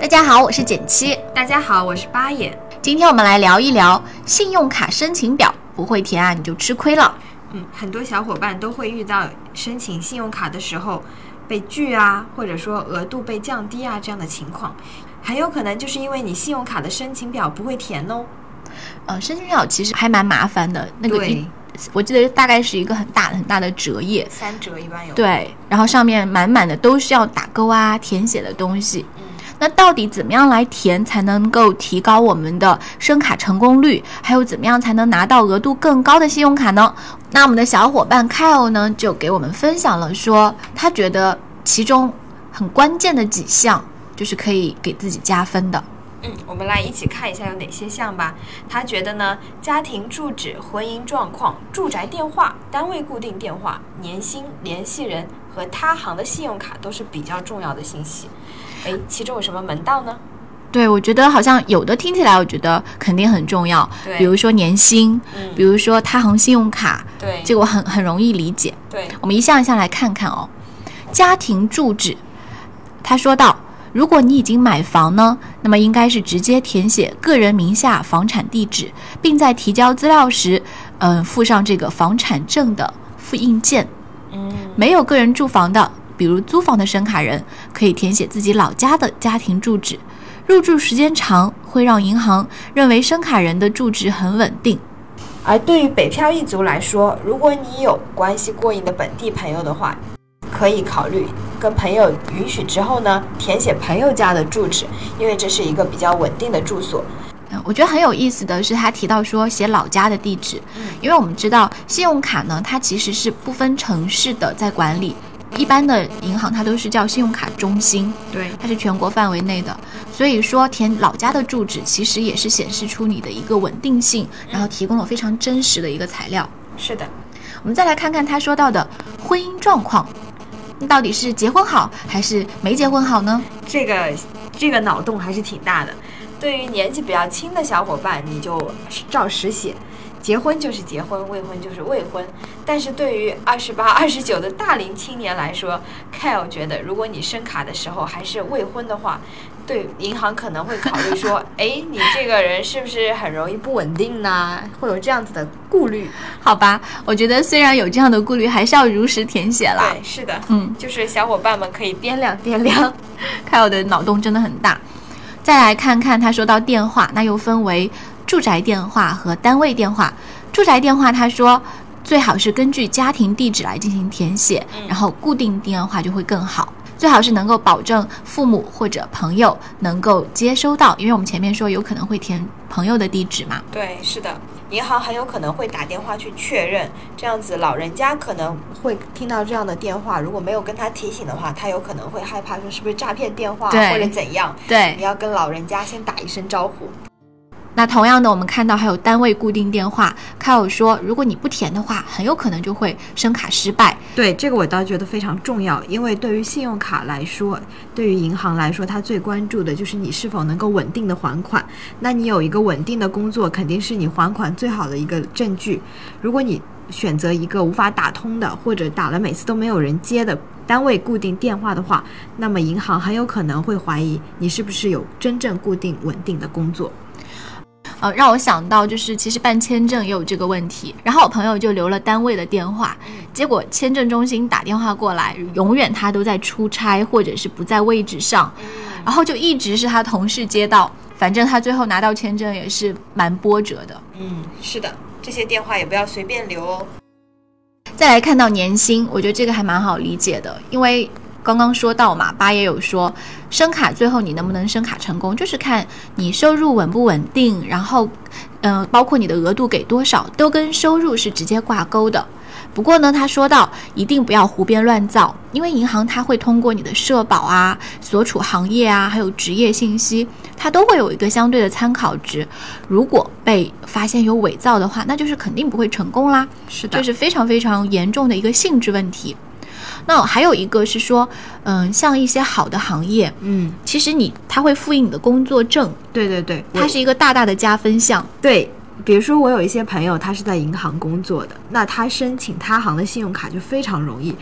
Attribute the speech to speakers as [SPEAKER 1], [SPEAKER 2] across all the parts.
[SPEAKER 1] 大家好，我是减七。
[SPEAKER 2] 大家好，我是八也。
[SPEAKER 1] 今天我们来聊一聊信用卡申请表，不会填啊你就吃亏了。
[SPEAKER 2] 嗯，很多小伙伴都会遇到申请信用卡的时候被拒啊，或者说额度被降低啊这样的情况，很有可能就是因为你信用卡的申请表不会填哦。
[SPEAKER 1] 呃，申请表其实还蛮麻烦的，那个一
[SPEAKER 2] 对，
[SPEAKER 1] 我记得大概是一个很大很大的折页，
[SPEAKER 2] 三折一般有。，
[SPEAKER 1] 对，然后上面满满的都是要打勾啊、填写的东西。
[SPEAKER 2] 嗯
[SPEAKER 1] 那到底怎么样来填才能够提高我们的申卡成功率？还有怎么样才能拿到额度更高的信用卡呢？那我们的小伙伴 Kyle 呢，就给我们分享了说，他觉得其中很关键的几项就是可以给自己加分的。
[SPEAKER 2] 嗯，我们来一起看一下有哪些项吧。他觉得呢，家庭住址、婚姻状况、住宅电话、单位固定电话、年薪、联系人和他行的信用卡都是比较重要的信息。诶，其中有什么门道呢？
[SPEAKER 1] 对，我觉得好像有的听起来，我觉得肯定很重要，
[SPEAKER 2] 对
[SPEAKER 1] 比如说年薪，
[SPEAKER 2] 嗯
[SPEAKER 1] 比，如说他行信用卡，
[SPEAKER 2] 对，
[SPEAKER 1] 这个我很很容易理解。
[SPEAKER 2] 对，
[SPEAKER 1] 我们一项一项来看看哦。家庭住址，他说到，如果你已经买房呢，那么应该是直接填写个人名下房产地址，并在提交资料时，嗯、附上这个房产证的复印件。
[SPEAKER 2] 嗯，
[SPEAKER 1] 没有个人住房的，比如租房的申卡人，可以填写自己老家的家庭住址。入住时间长会让银行认为申卡人的住址很稳定。
[SPEAKER 2] 而对于北漂一族来说，如果你有关系过硬的本地朋友的话，可以考虑跟朋友允许之后呢，填写朋友家的住址，因为这是一个比较稳定的住所。
[SPEAKER 1] 嗯我觉得很有意思的是，他提到说写老家的地址，
[SPEAKER 2] 嗯
[SPEAKER 1] 因为我们知道信用卡呢，它其实是不分城市的在管理，一般的银行它都是叫信用卡中心，
[SPEAKER 2] 对，
[SPEAKER 1] 它是全国范围内的，所以说填老家的住址其实也是显示出你的一个稳定性，然后提供了非常真实的一个材料。
[SPEAKER 2] 是的。
[SPEAKER 1] 我们再来看看他说到的婚姻状况，那到底是结婚好还是没结婚好呢？
[SPEAKER 2] 这个这个脑洞还是挺大的。对于年纪比较轻的小伙伴，你就照实写，结婚就是结婚，未婚就是未婚。但是对于二十八、二十九的大龄青年来说，Kyle 觉得，如果你申卡的时候还是未婚的话，对银行可能会考虑 说，哎，你这个人是不是很容易不稳定呢？会有这样子的顾虑。
[SPEAKER 1] 好吧，我觉得虽然有这样的顾虑，还是要如实填写啦。
[SPEAKER 2] 对，是的，
[SPEAKER 1] 嗯，
[SPEAKER 2] 就是小伙伴们可以掂量掂量。
[SPEAKER 1] 凯尔的脑洞真的很大。再来看看他说到电话，那又分为住宅电话和单位电话。住宅电话他说最好是根据家庭地址来进行填写，
[SPEAKER 2] 嗯
[SPEAKER 1] 然后固定电话就会更好。最好是能够保证父母或者朋友能够接收到，因为我们前面说有可能会填朋友的地址嘛。
[SPEAKER 2] 对，是的，银行很有可能会打电话去确认，这样子老人家可能会听到这样的电话，如果没有跟他提醒的话，他有可能会害怕说是不是诈骗电话
[SPEAKER 1] 对
[SPEAKER 2] 或者怎样，
[SPEAKER 1] 对
[SPEAKER 2] 你要跟老人家先打一声招呼。
[SPEAKER 1] 那同样的，我们看到还有单位固定电话，凯尔说，如果你不填的话，很有可能就会申卡失败。
[SPEAKER 2] 对这个我倒觉得非常重要，因为对于信用卡来说，对于银行来说，它最关注的就是你是否能够稳定的还款。那你有一个稳定的工作，肯定是你还款最好的一个证据。如果你选择一个无法打通的，或者打了每次都没有人接的单位固定电话的话，那么银行很有可能会怀疑你是不是有真正固定稳定的工作。
[SPEAKER 1] 呃，让我想到就是其实办签证也有这个问题。然后我朋友就留了单位的电话，结果签证中心打电话过来，永远他都在出差或者是不在位置上，然后就一直是他同事接到。反正他最后拿到签证也是蛮波折的。
[SPEAKER 2] 嗯，是的，这些电话也不要随便留哦。
[SPEAKER 1] 再来看到年薪，我觉得这个还蛮好理解的，因为刚刚说到嘛，八也有说，申卡最后你能不能申卡成功，就是看你收入稳不稳呃定，然后，嗯、包括你的额度给多少，都跟收入是直接挂钩的。不过呢，他说到一定不要胡编乱造，因为银行它会通过你的社保啊、所处行业啊，还有职业信息，它都会有一个相对的参考值。如果被发现有伪造的话，那就是肯定不会成功啦。
[SPEAKER 2] 是的，
[SPEAKER 1] 这是非常非常严重的一个性质问题。那还有一个是说，嗯，像一些好的行业，
[SPEAKER 2] 嗯，
[SPEAKER 1] 其实你它会复印你的工作证，
[SPEAKER 2] 对对对，
[SPEAKER 1] 它是一个大大的加分项。
[SPEAKER 2] 对，比如说我有一些朋友，他是在银行工作的，那他申请他行的信用卡就非常容易。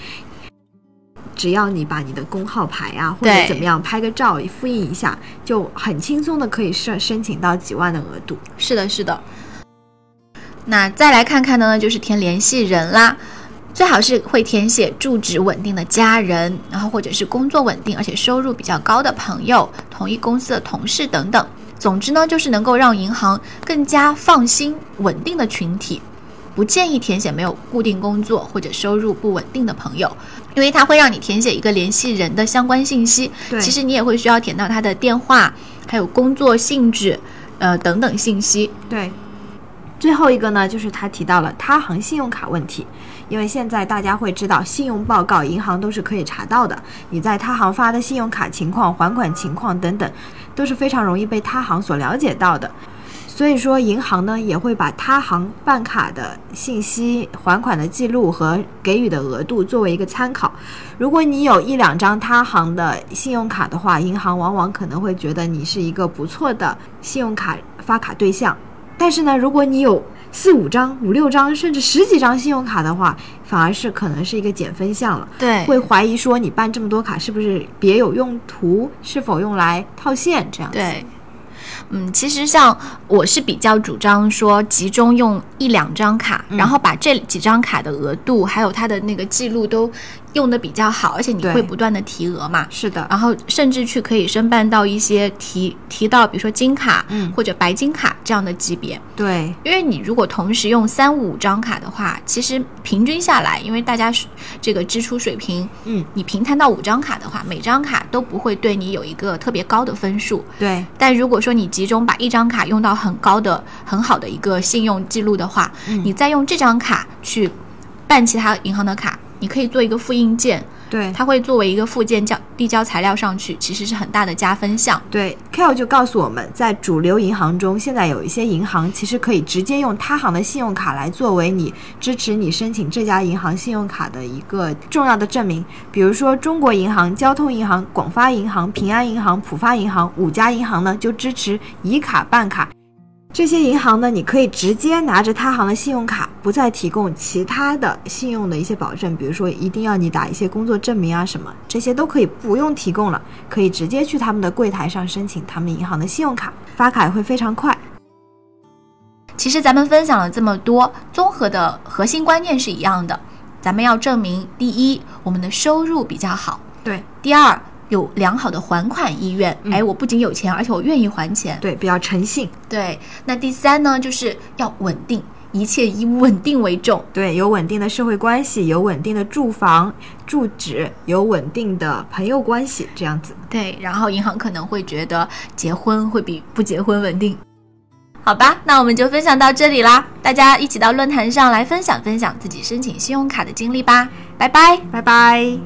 [SPEAKER 2] 只要你把你的工号牌啊，或者
[SPEAKER 1] 对
[SPEAKER 2] 怎么样拍个照复印一下，就很轻松的可以申申请到几万的额度。
[SPEAKER 1] 是的，是的。那再来看看呢，就是填联系人啦，最好是会填写住址稳定的家人，然后或者是工作稳定而且收入比较高的朋友、同一公司的同事等等。总之呢，就是能够让银行更加放心、稳定的群体。不建议填写没有固定工作或者收入不稳定的朋友，因为它会让你填写一个联系人的相关信息，
[SPEAKER 2] 对
[SPEAKER 1] 其实你也会需要填到他的电话，还有工作性质，呃等等信息。
[SPEAKER 2] 对，最后一个呢，就是他提到了他行信用卡问题，因为现在大家会知道，信用报告银行都是可以查到的，你在他行发的信用卡情况、还款情况等等，都是非常容易被他行所了解到的。所以说，银行呢也会把他行办卡的信息、还款的记录和给予的额度作为一个参考。如果你有一两张他行的信用卡的话，银行往往可能会觉得你是一个不错的信用卡发卡对象。但是呢，如果你有四五张、五六张，甚至十几张信用卡的话，反而是可能是一个减分项了。
[SPEAKER 1] 对
[SPEAKER 2] 会怀疑说你办这么多卡是不是别有用途，是否用来套现这样子？
[SPEAKER 1] 对，嗯，其实像我是比较主张说集中用一两张卡，
[SPEAKER 2] 嗯
[SPEAKER 1] 然后把这几张卡的额度还有它的那个记录都用的比较好，而且你
[SPEAKER 2] 对
[SPEAKER 1] 会不断的提额嘛。
[SPEAKER 2] 是的，
[SPEAKER 1] 然后甚至去可以申办到一些提提到，比如说金卡，
[SPEAKER 2] 嗯
[SPEAKER 1] 或者白金卡这样的级别。
[SPEAKER 2] 对
[SPEAKER 1] 因为你如果同时用三五张卡的话，其实平均下来，因为大家是这个支出水平，
[SPEAKER 2] 嗯，
[SPEAKER 1] 你平摊到五张卡的话，每张卡都不会对你有一个特别高的分数。
[SPEAKER 2] 对
[SPEAKER 1] 但如果说你集中把一张卡用到很高的、很好的一个信用记录的话，
[SPEAKER 2] 嗯
[SPEAKER 1] 你再用这张卡去办其他银行的卡，你可以做一个复印件，
[SPEAKER 2] 对
[SPEAKER 1] 它会作为一个附件交递交材料上去，其实是很大的加分项。
[SPEAKER 2] 对。Kell 就告诉我们，在主流银行中，现在有一些银行其实可以直接用他行的信用卡来作为你支持你申请这家银行信用卡的一个重要的证明。比如说，中国银行、交通银行、广发银行、平安银行、浦发银行五家银行呢，就支持以卡办卡。这些银行呢，你可以直接拿着他行的信用卡，不再提供其他的信用的一些保证，比如说一定要你打一些工作证明啊什么，这些都可以不用提供了，可以直接去他们的柜台上申请他们银行的信用卡，发卡也会非常快。
[SPEAKER 1] 其实咱们分享了这么多，综合的核心观念是一样的，咱们要证明：第一，我们的收入比较好；
[SPEAKER 2] 对
[SPEAKER 1] 第二，有良好的还款意愿。
[SPEAKER 2] 嗯
[SPEAKER 1] 哎，我不仅有钱，而且我愿意还钱。
[SPEAKER 2] 对，比较诚信，
[SPEAKER 1] 对，那第三呢，就是要稳定，一切以稳定为重。
[SPEAKER 2] 对，有稳定的社会关系，有稳定的住房、住址，有稳定的朋友关系，这样子。
[SPEAKER 1] 对，然后银行可能会觉得结婚会比不结婚稳定。好吧，那我们就分享到这里啦，大家一起到论坛上来分享分享自己申请信用卡的经历吧，拜拜。
[SPEAKER 2] 拜拜。